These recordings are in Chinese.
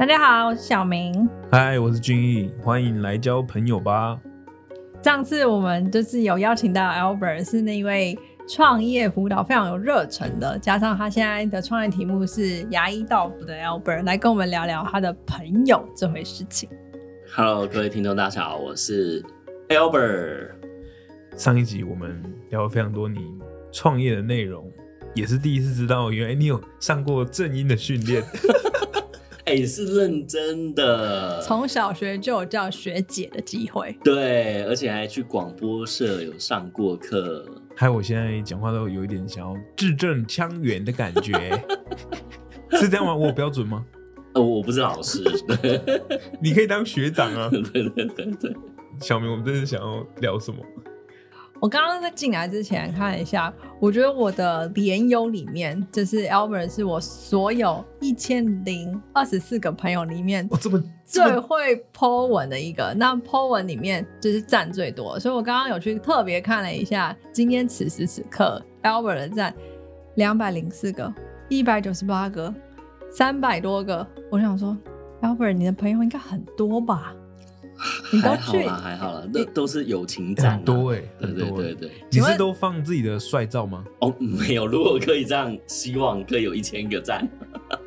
是小明。嗨，我是俊逸，欢迎来交朋友吧。上次我们就是有邀请到 Albert，是那一位创业辅导非常有热忱的，加上他现在的创业题目是牙医到府的 Albert，来跟我们聊聊他的朋友这回事情。 Hello，各位听众，大家好，我是 Albert。上一集我们聊了非常多你创业的内容，也是第一次知道原来哎你有上过正音的训 练。哎、是认真的，从小学就有叫学姐的机会，对，而且还去广播社有上过课。还有我现在讲话都有一点想要字正腔圆的感觉，是这样吗？我有标准吗？呃，我不是老 师，对你可以当学长啊， 对对对对，小明，我们这次想要聊什么？我刚刚在进来之前看一下，我觉得我的连友里面，就是 Albert 是我所有一千零二十四个朋友里面哦，这么这最么会 Po 文的一个。那 Po 文里面就是赞最多，所以我刚刚有去特别看了一下，今天此时此刻 Albert 的赞两百零四个，一百九十八个，三百多个。我想说，Albert 你的朋友应该很多吧？你都还好去啦，还好啦，那都是友情赞、啊，很多哎、对很对多、对欸。对，你请问是都放自己的帅照吗？哦，没有，如果可以这样，希望可以有一千个赞，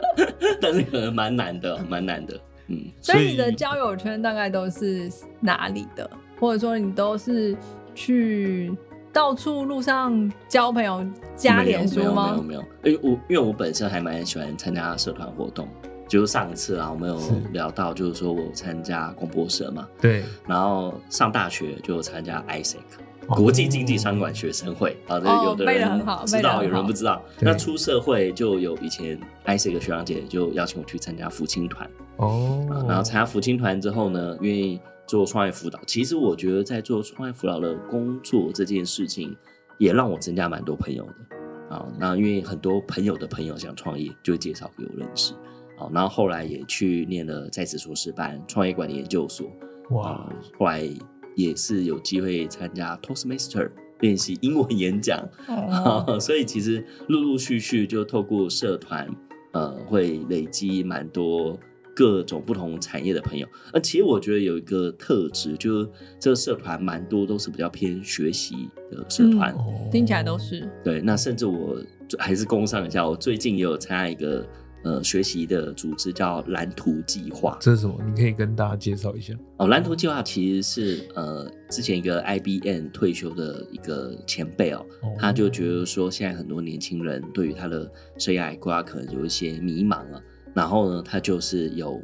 但是可能蛮难的，哦蛮难的。嗯，所以你的交友圈大概都是哪里的？或者说你都是去到处路上交朋友、加脸没书有吗？没有没有，因为我因为我本身还蛮喜欢参加社团活动，就是上次啊，我们有是聊到，就是说我有参加广播社嘛，对，然后上大学就有参加 ISEC。哦国际经济商管学生会啊，这哦有的背得人很好知道，背得很好有人不知道。对那出社会就有以前 ISEC 的学长姐就邀请我去参加福清团，哦啊，然后参加福清团之后呢，愿意做创业辅导。其实我觉得在做创业辅导的工作这件事情，也让我增加蛮多朋友的啊。那因为很多朋友的朋友想创业，就会介绍给我认识。好，然后后来也去念了在职硕士班、创业管理研究所哇啊，，后来也是有机会参加 Toastmaster 练习英文演讲，哦 所以其实陆陆续续就透过社团，呃，会累积蛮多各种不同产业的朋友。而其实我觉得有一个特质，就是这个社团蛮多都是比较偏学习的社团。嗯哦听起来都是对，那甚至我还是工商一下，我最近也有参加一个呃学习的组织叫蓝图计划。这是什么？你可以跟大家介绍一下。哦，蓝图计划其实是呃之前一个 IBM 退休的一个前辈哦，哦他就觉得说，现在很多年轻人对于他的生涯规划可能有一些迷茫了。然后呢，他就是有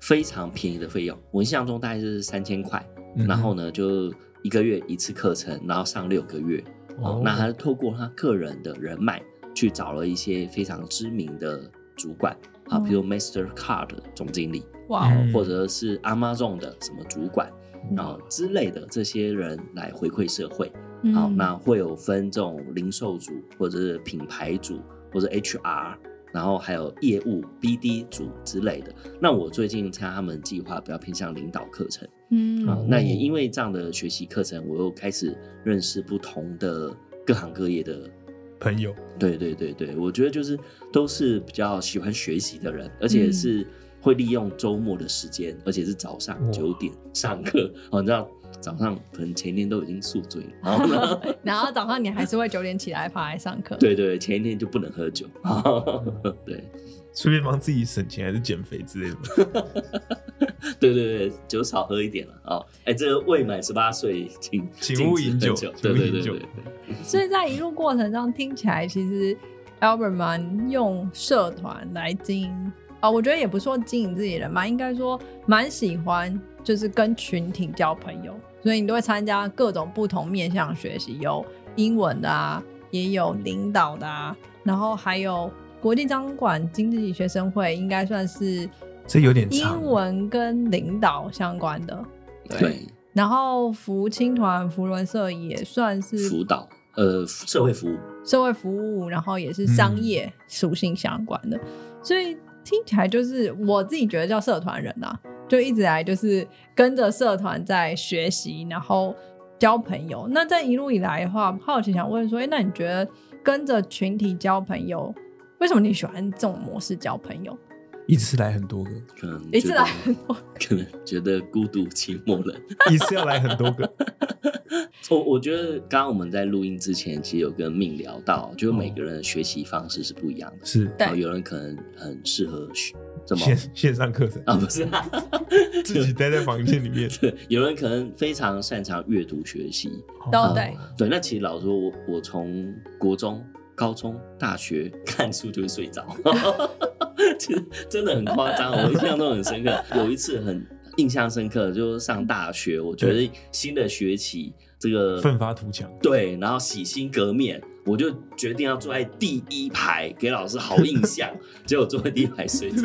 非常便宜的费用，我印象中大概是三千块。嗯然后呢，就一个月一次课程，然后上六个月。哦，那他透过他个人的人脉，去找了一些非常知名的主管啊，嗯比如 Mastercard 的总经理，哇啊哦，哦嗯或者是 Amazon 的什么主管啊之类的这些人来回馈社会。嗯好，那会有分这种零售组，或者是品牌组，或者 HR，然后还有业务 BD 组之类的。那我最近参加他们计划，比较偏向领导课程 啊、嗯好那也因为这样的学习课程，我又开始认识不同的各行各业的。朋友，对对对对，我觉得就是都是比较喜欢学习的人，而且是会利用周末的时间，而且是早上哇九点上课。哦，你知道早上可能前一天都已经宿醉了，然后呢，然后早上你还是会九点起来爬来上课，对对，前一天就不能喝酒。啊 对顺便帮自己省钱还是减肥之类 的吗。对对对，酒少喝一点了啊！哦哎、这个未满十八岁，请 请勿饮酒禁止喝请对勿对饮对酒对对，所以在一路过程上听起来，其实 Albert 蛮用社团来经营啊、我觉得也不说经营自己人嘛，应该说蛮喜欢就是跟群体交朋友，所以你都会参加各种不同面向学习，有英文的啊，也有领导的啊，然后还有国际张管经济学生会，应该算是这有点长英文跟领导相关的。对然后福青团、福伦社也算是辅导呃社会服务，社会服务，然后也是商嗯业属性相关的，所以听起来就是我自己觉得叫社团人啊，就一直来就是跟着社团在学习，然后交朋友。那在一路以来的话，好奇想问说，哎，那你觉得跟着群体交朋友，为什么你喜欢这种模式交朋友？一次来很多个， 可能一次觉得来哎很多，可能觉得孤独寂寞冷。一次要来很多 个。我我觉得刚刚我们在录音之前，其实有跟命聊到，就是嗯每个人的学习方式是不一样的。是对然后有人可能很适合学怎么线线上课程，啊，不是、 啊，自己待在房间里 面。对，有人可能非常擅长阅读学习。都哦对，对，那其实老实说，我我从国中、高中、大学 看书就会睡着，其实真的很夸张，我印象都很深刻。有一次很印象深刻，就是上大学，我觉得新的学期这个奋发图强。对，然后洗心革面，我就决定要坐在第一排，给老师好印象。结果坐在第一排 睡着，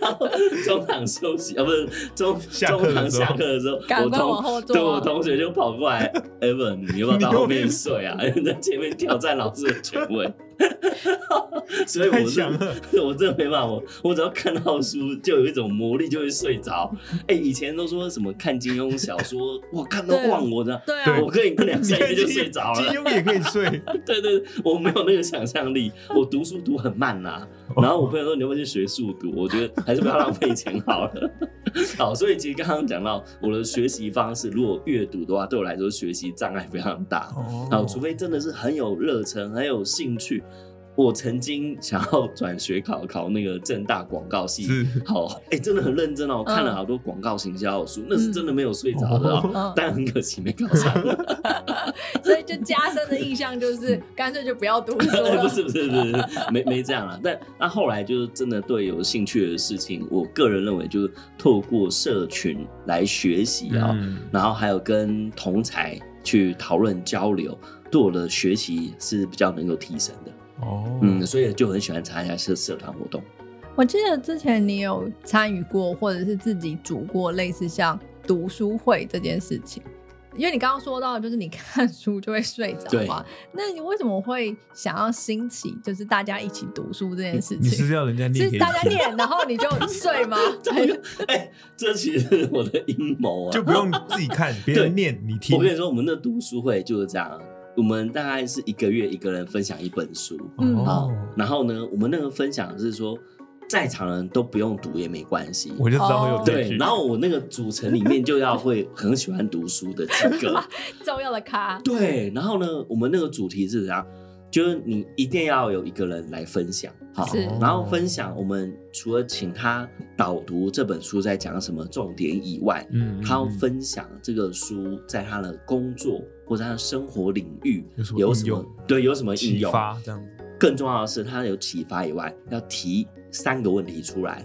然后中场休息啊，不是中下课中的场时候下课的时候，赶我快往同后对坐我啊。同学就跑过来，Evan，你要不要到后面睡啊？你 在前面挑战老师的权威。所以我太是强了， 我真的没办法，我我只要看到书就有一种魔力，就会睡着。哎、以前都说什么看金庸小说，哇，看到对忘我的，对啊对，我可以跟两你三看天就金睡着金了。庸也可以睡，对对，对我没有那个想象力，我读书读很慢啦、哦然后我朋友说你要不要去学速读？我觉得还是不要浪费钱好了。 好，所以其实刚刚讲到我的学习方式，如果阅读的话，对我来说学习障碍非常大。哦 好，除非真的是很有热忱、很有兴趣。我曾经想要转学考考那个正大广告系，是好，哎、真的很认真哦，我看了嗯好多广告行销的书，那是真的没有睡着的、哦，嗯，但很可惜没考上。所以就加深的印象就是，干脆就不要读书了。 不是不是不是，没没这样啦。但那后来就是真的对有兴趣的事情，我个人认为就是透过社群来学习啊、嗯然后还有跟同才去讨论交流，对我的学习是比较能够提升的。哦，嗯，所以就很喜欢参加社社团活动。我记得之前你有参与过，或者是自己组过类似像读书会这件事情，因为你刚刚说到，就是你 看书就会睡着对嘛，那你为什么会想要兴起，就是大家一起读书这件事你是情？要人家念给是你大家听，念，然后你就睡吗？还是 哎、这其实是我的阴谋啊！就不用自己 看，别人念你听我。跟你说，我们那读书会就是这样，啊我们大概是一个月一个人分享一本书，嗯好哦，，然后呢，我们那个分享是说，在场人都不用读也没关系。我就知道会哦有这对，句。然后我那个组成里面就要会很喜欢读书的 几个， 重要的咖，对，哦然后呢，我们那个主题是怎样？就是你一定要有一个人来分享，好是，然后分享我们除了请他导读这本书在讲什么重点以外，嗯，嗯他要嗯分享这个书在他的工作或者他的生活领域有什么应有什么用对有什么应启用，发这样子。更重要的是，他有启发以外，要提三个问题出来。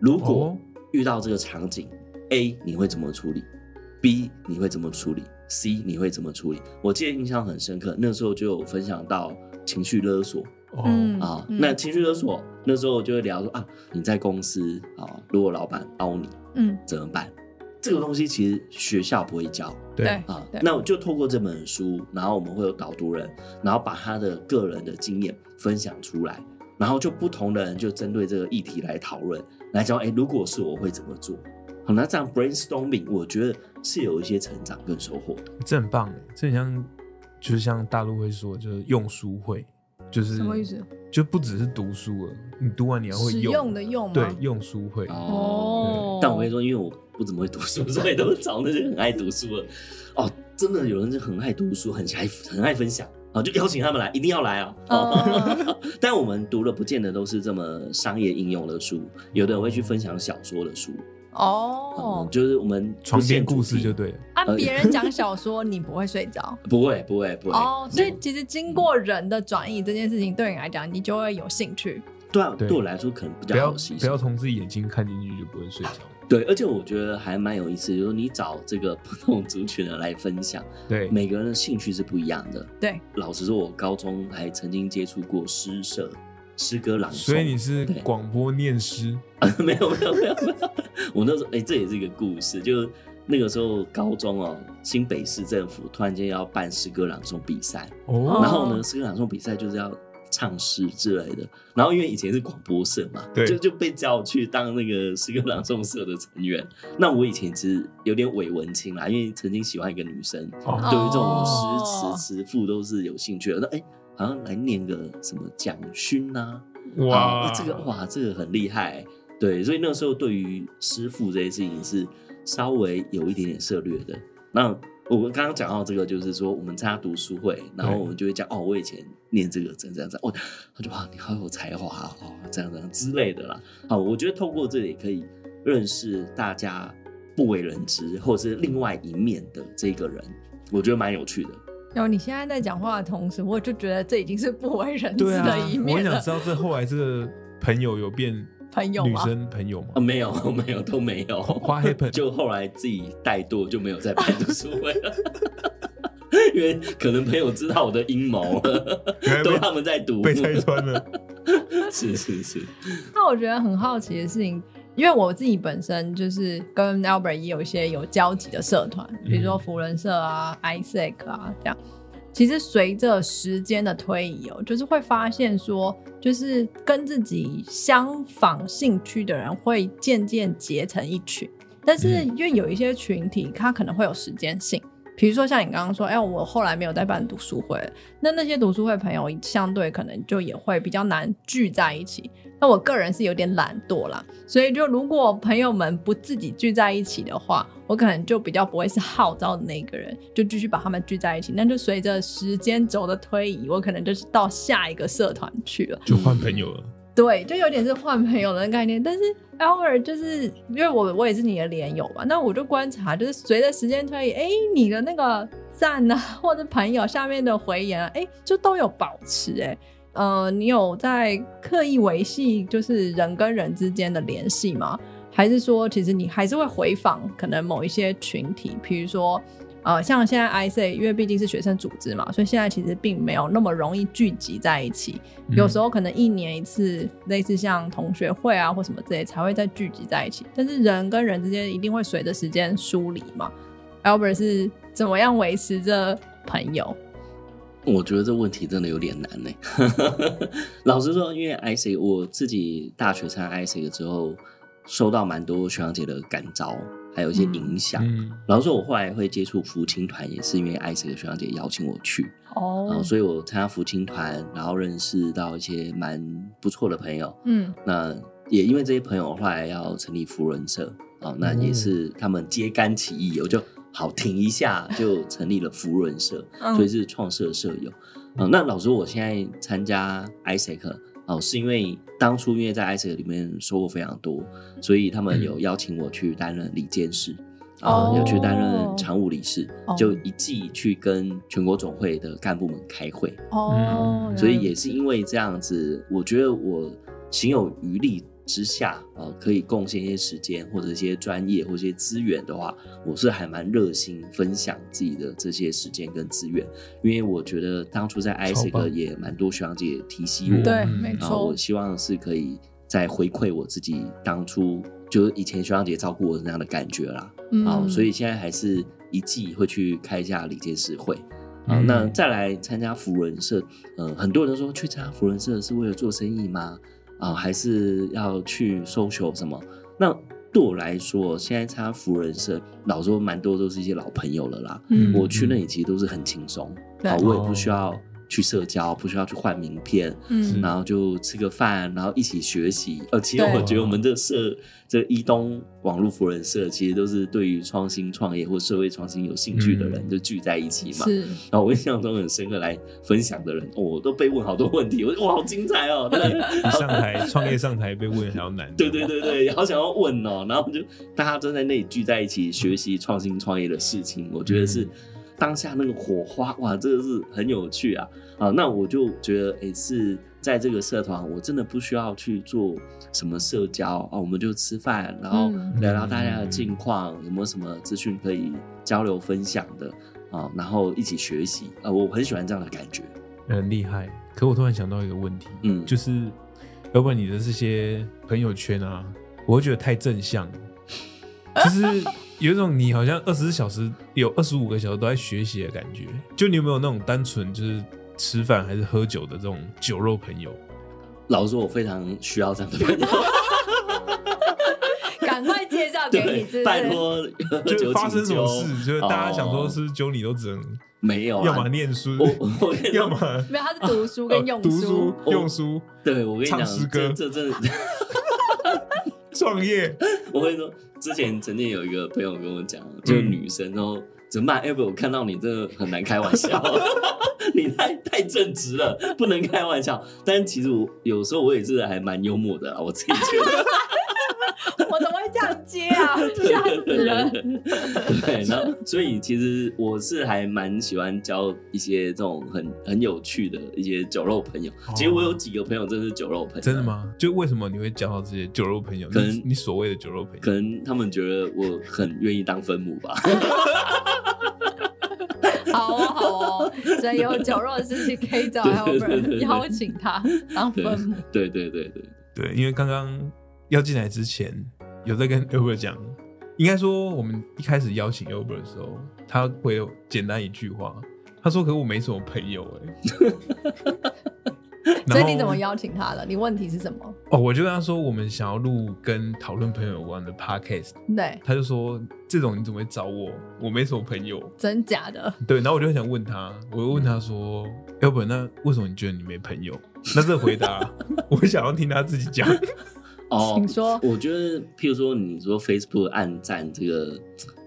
如果哦遇到这个场景、a 你会怎么处理？B 你会怎么处理？C 你会怎么处理？我记得印象很深刻，那时候就有分享到情绪勒索哦，啊、嗯那情绪勒索那时候就会聊说啊，你在公司啊，如果老板凹你嗯，怎么办？这个东西其实学校不会教，对对，啊对，那我就透过这本书，然后我们会有导读人，然后把他的个人的经验分享出来，然后就不同的人就针对这个议题来讨论，来讲，哎，如果是我会怎么做？好，那这样 brainstorming，我觉得是有一些成长跟收获的。这很棒耶，欸这很像，就是像大陆会说，就是用书会，就是什么意思？就不只是读书了，你读完你还会实用的用吗？对，用书会。哦，但我跟你说，因为我不怎么会读书，所以都 找那些很爱读书的。 哦，真的有人是很爱读书，很爱很爱分享。啊，就邀请他们来，一定要来啊！嗯哦但我们读的不见得都是这么商业应用的书，有的人会去分享小说的书，哦嗯，，就是我们床不边限主故事题就对了，按别人讲小说，你不会睡着。不会不会不会哦，所以嗯其实经过人的转移这件事情，对你来讲，你就会有兴趣。对啊，对对我来说可能比不较要好吸不要收。从自己眼睛看进去就不会睡着。对，而且我觉得还蛮有意思，就是你找这个不同族群的来分享，对，每个人的兴趣是不一样的。对，老实说，我高中还曾经接触过诗社、诗歌朗诵，所以你是对广播念诗， 没有没有没有没有， 我那时候哎、这也是一个故事，就是那个时候高中哦，新北市政府突然间要办诗歌朗诵比赛，哦然后呢，诗歌朗诵比赛就是要唱诗之类的，然后因为以前是广播社嘛，对就就被叫去当那个诗歌朗诵社的成员。那我以前其实有点伪文青啦，因为曾经喜欢一个女生，哦对于这种哦诗词词赋都是有兴趣的。那哎、好像来念个什么蒋勋啊，哇啊，这个哇，这个很厉害。对，所以那时候对于师傅这件事情是稍微有一点点涉略的。那我们刚刚讲到这个，就是说我们参加读书会，然后我们就会讲哦，我以前念这个怎样怎样怎样，哦，他就哇，你好有才华啊哦，这样这样之类的啦。好，我觉得透过这里可以认识大家不为人知或者是另外一面的这个人，我觉得蛮有趣的。然后你现在在讲话的同时，我就觉得这已经是不为人知 对啊的一，我面很了。想知道这后来这个朋友有变朋友女吗？生朋友吗 啊，？没有，没有，都没有。花 happen 就后来自己怠惰，就没有再办读书会了。 因为可能朋友知道我的阴谋 了，原来都被他们在读，被拆穿了。 是是是，那我觉得很好奇的事情，因为我自己本身就是跟 Albert 也有一些有交集的社团，比如说福人社啊、ISEC 啊这样。其实随着时间的推移哦，就是会发现说，就是跟自己相仿兴趣的人会渐渐结成一群，但是嗯因为有一些群体，它可能会有时间性。比如说像你刚刚说，哎、我后来没有再办读书会了，那那些读书会朋友相对可能就也会比较难聚在一起。那我个人是有点懒惰啦，所以就如果朋友们不自己聚在一起的话，我可能就比较不会是号召的那个人，就继续把他们聚在一起。那就随着时间轴的推移，我可能就是到下一个社团去了。就换朋友了。对，就有点是换朋友的概念。但是 Albert 就是因为我我也是你的连友嘛，那我就观察，就是随着时间推移，哎，你的那个赞啊，或者朋友下面的回言啊，哎，就都有保持、哎，呃，你有在刻意维系就是人跟人之间的联系吗？还是说，其实你还是会回访可能某一些群体，比如说。呃，像现在 IC，因为毕竟是学生组织嘛，所以现在其实并没有那么容易聚集在一起。嗯嗯有时候候可能一年一次，类似像同学会啊或什么之类，才会再聚集在一起。但是人跟人之间一定会随着时间疏离嘛。Albert 是怎么样维持着朋友？我觉得这问题真的有点难呢、 老实说，因为 IC 我自己大学参加 IC 了之后，受到蛮多学长姐的感召，还有一些影响。嗯，老实说，我后来会接触福清团，也是因为 IC 的学长姐邀请我去。然哦后，所以我参加福清团，然后认识到一些蛮不错的朋友。嗯，那也因为这些朋友后来要成立福人社啊、哦那也是他们揭竿起义，我就好停一下就成立了福人社，嗯所以是创社社友。啊、那老师，我现在参加 ISEC 哦、是因为当初因为在 ISEC 里面收获非常多，所以他们嗯有邀请我去担任理监事。啊、哦有去担任常务理事，哦就一季去跟全国总会的干部们开会，哦，嗯所以也是因为这样子，我觉得我行有余力之下，呃，可以贡献一些时间或者一些专业或一些资源的话，我是还蛮热心分享自己的这些时间跟资源，因为我觉得当初在超 ISEC 棒也蛮多学长姐提携我，对，嗯没然后错我，希望是可以再回馈我自己当初就是以前学长姐照顾我的那样的感觉啦。啊、嗯，所以现在还是一季会去开一下理监事会。啊、嗯那再来参加福人社，呃，很多人都说去参加福人社是为了做生意吗？啊、还是要去 social 什么？那对我来说，现在参加福人社，老实说蛮多都是一些老朋友了啦。嗯我去那里其实都是很轻松，对哦啊、我也不需要去社交，不需要去换名片，嗯然后就吃个饭，然后一起学习。呃，其实对我觉得我们这社这一东网络福人社，其实都是对于创新创业或社会创新有兴趣的人嗯就聚在一起嘛。是然后我印象中很深刻来分享的人，哦我都被问好多问题，我哇，好精彩哦！对 比上台 创业上台被问还要难。对 对对对，好想要问哦。然后就大家都在那里聚在一起学习创新创业的事情，我觉得是嗯当下那个火花，哇，这个是很有趣啊啊！那我就觉得，诶，是在这个社团，我真的不需要去做什么社交啊，我们就吃饭，然后嗯聊聊大家的近况，有没有什么资讯可以交流分享的啊？然后一起学习啊，我很喜欢这样的感觉。很厉害。可我突然想到一个问题，嗯就是要不然你的这些朋友圈啊，我会觉得太正向了，就是有一种你好像二十四小时有二十五个小时都在学习的感觉。就你有没有那种单纯就是吃饭还是喝酒的这种酒肉朋友？ 老实说，我非常需要这样的朋友。赶快介绍乐给你，是不是 对，拜托， 就酒发生什么请事，就酒是大家想说哦是揪你都只能没有啊？要么念书我，我跟 你要讲么没有，他是读书呃哦跟用读书、我用书、对我跟你讲，唱诗歌这这真的， 创业，我跟你说，之前曾经有一个朋友跟我讲，嗯就是女生，然后怎么办？Abel，我看哎到你真的很难开玩笑， 你太太正直了，不能开玩笑。但其实我有时候我也是还蛮幽默的啊，我自己觉得。 我怎么会这样接 啊？吓死人！对，然后所以其实我是还蛮喜欢交一些这种很很有趣的一些酒肉朋友。其实我有几个朋友真的是酒肉朋友，哦真的？吗？就为什么你会交到这些酒肉朋友？可能你你所谓的酒肉朋可友，能他们觉得我很愿意当分母吧。 好哦，好哦，所以有酒肉的事情可以找对对 Albert 对邀请他当分母。对对对对，对，因为刚刚要进来之前，有在跟 Uber 讲，应该说我们一开始邀请 Uber 的时候，他会有简单一句话，他说：“可我没什么朋友哎、 欸。”所以然后你怎么邀请他的？你问题是什么？哦，我就跟他说，我们想要录跟讨论朋友有关的 podcast，对，他就说这种你怎么会找我？我没什么朋友。真假的？对，然后我就很想问他，我就问他说，嗯要不然那为什么你觉得你没朋友？ 那这个回 答，我想要听他自己讲。哦请，说。我觉得，譬如说，你说 Facebook 暗赞这个，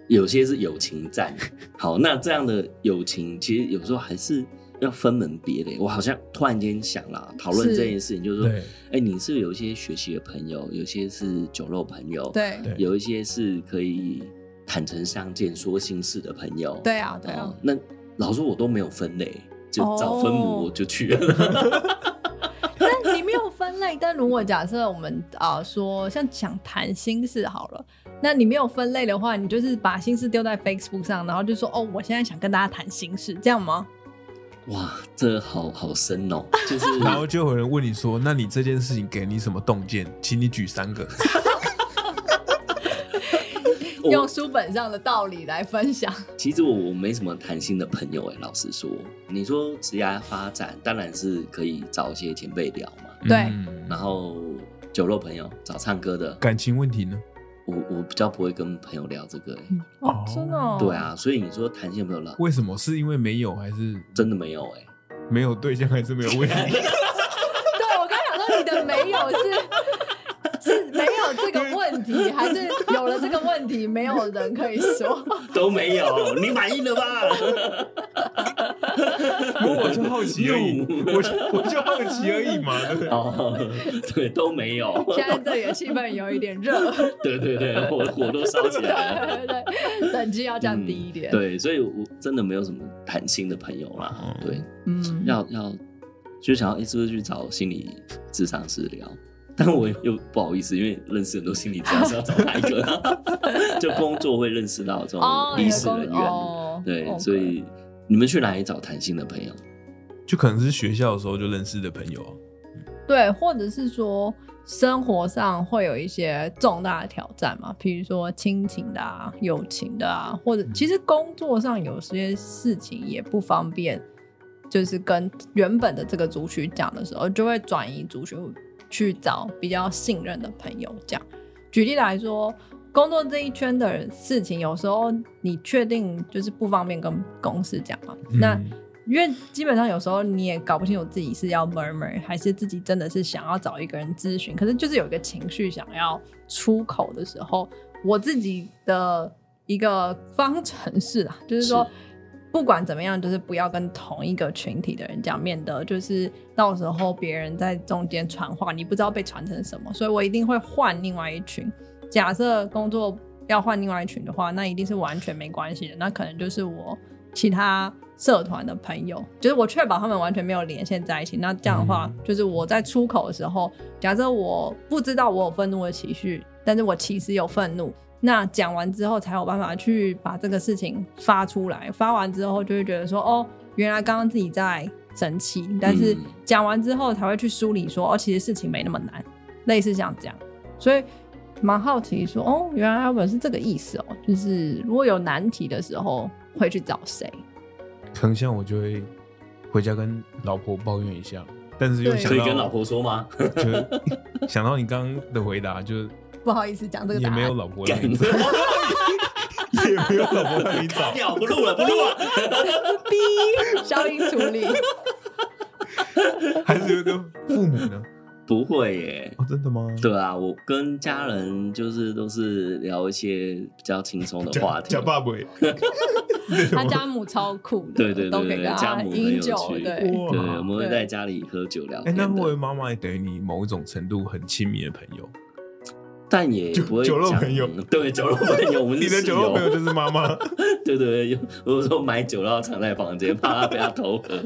有些是友情赞。好，那这样的友情，其实有时候还是要分门别类。我好像突然间想啦，讨论是这件事情，就是说，对，哎、你是有一些学习的朋友，有些是酒肉朋友，，对对有一些是可以坦诚相见、说心事的朋友，对啊，对啊哦。，那老师我都没有分类，就哦找分母我就去了。 但你没有分类。但如果假设我们啊、呃说像想谈心事好了，那你没有分类的话，你就是把心事丢在 Facebook 上，然后就说哦，我现在想跟大家谈心事，这样吗？哇，这好好深哦，就是 然后就有人问你说，那你这件事情给你什么洞见？请你举三个。我用书本上的道理来分享。其实我我没什么谈心的朋友哎、老实说，你说职业发展当然是可以找一些前辈聊嘛， 对嗯然后酒肉朋友找唱歌的，感情问题呢？我我比较不会跟朋友聊这个、欸，哦，真的、哦？对，啊，所以你说谈心有没有聊？为什么？是因为没有，还是真的没有哎、没有对象，还是没有问题？对我刚想说你的没有是是没有这个问题，还是有了这个问题没有人可以说？都没有，你满意了吧？不过我就好奇而已，我就我就好奇而已嘛，对不对？ 哦，对，都没有，现在这里的气氛有一点热， 对对对，火火都烧起对来了。对对，等级要降低一点。嗯对，所以我真的没有什么谈心的朋友啦。嗯对，嗯，要要就想要诶是不是去找心理智商师聊？但我又不好意思，因为认识很多心理智商师，要找哪一个？ 就工作会认识到这哦种，你医的师工人员，哦对 OK 所以你们去哪里找谈心的朋友？就可能是学校的时候就认识的朋友啊。对，或者是说生活上会有一些重大的挑战嘛，比如说亲情的啊、友情的啊，或者其实工作上有些事情也不方便，就是跟原本的这个族群讲的时候，就会转移族群去找比较信任的朋友讲。举例来说，工作这一圈的事情，有时候你确定就是不方便跟公司讲嘛，那嗯因为基本上有时候你也搞不清楚自己是要 murmur 还是自己真的是想要找一个人咨询，可是就是有一个情绪想要出口的时候，我自己的一个方程式啊， 就是说是不管怎么样，就是不要跟同一个群体的人讲，免得就是到时候别人在中间传话，你不知道被传成什么，所以我一定会换另外一群。假设工作要换另外一群的话，那一定是完全没关系的，那可能就是我其他社团的朋友，就是我确保他们完全没有连线在一起。那这样的话，嗯就是我在出口的时候，假设我不知道我有愤怒的情绪，但是我其实有愤怒。那讲完之后才有办法去把这个事情发出来，发完之后就会觉得说，哦，原来刚刚自己在生气，但是嗯讲完之后才会去梳理说，哦，其实事情没那么难，类似像这样。所以蛮好奇说，哦，原来 Albert 是这个意思哦，就是如果有难题的时候会去找谁？可能像我就会回家跟老婆抱怨一下，但是又对想可以到跟老婆说吗？ 就想到你刚刚的回答，就是不好意思讲这个答也案，没有老婆让干你找， 也没有老婆让你找，掉， 不录了，不录了。逼消音处理。还是有一个父母呢？不会耶。哦，真的吗？对啊，我跟家人就是都是聊一些比较轻松的话假题假。爸爸， 他家母超酷的，对对对都给对他家母很饮有酒，趣对，哇对，我们会对在家里喝酒聊哎、天那会不会的，妈妈也等于你某一种程度很亲密的朋友？但也酒不会酒肉讲朋友对酒肉朋友，我 们你的是室酒肉朋友友，就是妈妈， 对对对，有我说买酒然后藏在房间，怕他被他偷喝。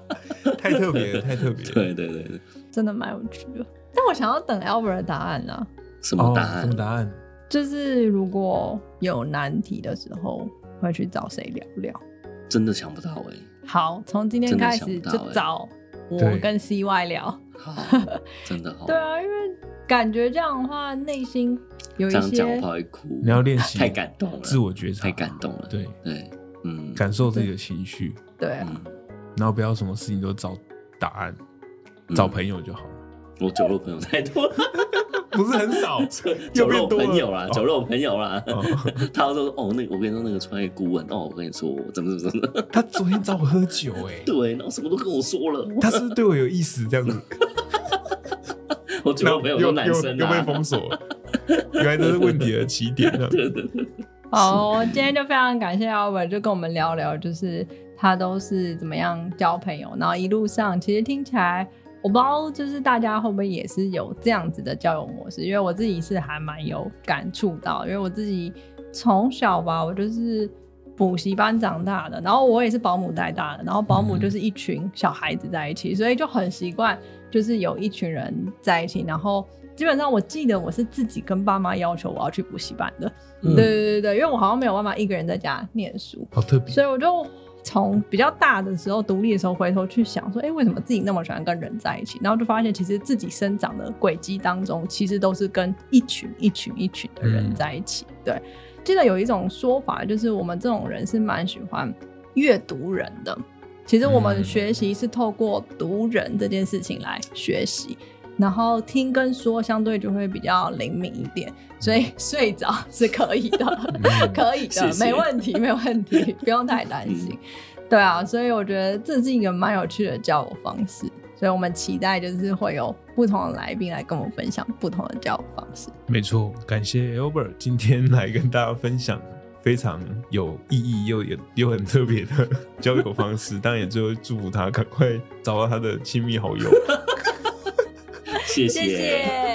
太特别了，太特别了。对对对，对真的蛮有趣的。但我想要等 Albert 的答案啊，什哦么答什案啊么？答案？就是如果有难题的时候，会去找谁聊聊。真的想不到哎。好，从今天真的开想始不到就欸找我对跟 CY 聊。 好，真的好对，啊，因为感觉这样的话，内心有一这样讲些我怕会哭你。要练习太感动了，自我觉察，太感动了。对，对，嗯，感受自己的情绪，对啊，嗯然后不要什么事情都找答案，嗯找朋友就好了。我酒肉朋友太多了，不是很 少酒变肉多了朋友啦，哦酒肉朋友啦。哦 他说：“哦，那个我跟你说，那个创业顾问，哦，我跟你说，我怎么怎么怎 么，他昨天找我喝酒、哎， 对，然后什么都跟我说了。他是不是对我有意思，这样子，我酒然肉后朋又友都又男生又被啊，封锁了，原来这是问题的起点。这样 对对对，好，哦今天就非常感谢 Albert，就跟我们聊聊，就是他都是怎么样交朋友，然后一路上其实听起来，我不知道就是大家会不会也是有这样子的交友模式，因为我自己是还蛮有感触到，因为我自己从小吧，我就是。补习班长大的，然后我也是保姆带大的，然后保姆就是一群小孩子在一起，所以就很习惯，就是有一群人在一起，然后基本上我记得我是自己跟爸妈要求我要去补习班的，嗯对对对对，因为我好像没有办法一个人在家念书，好特别，所以我就从比较大的时候独立的时候回头去想说，哎、为什么自己那么喜欢跟人在一起？然后就发现其实自己生长的轨迹当中，其实都是跟一群一群一群的嗯人在一起。对，记得有一种说法，就是我们这种人是蛮喜欢阅读人的。其实我们嗯学习是透过读人这件事情来学习，然后听跟说相对就会比较灵敏一点，所以 睡着是可以的。嗯可以的，谢谢没问题，没问题，不用太担心。嗯 对啊，所以我觉得这是一个蛮有趣的交友方式，所以我们期待就是会有不同的来宾来跟我们分享不同的交友方式。没错，感谢 Albert 今天来跟大家分享非常有意义又也又很特别的交友方式，当然也最后祝福他赶快找到他的亲密好友。谢谢谢。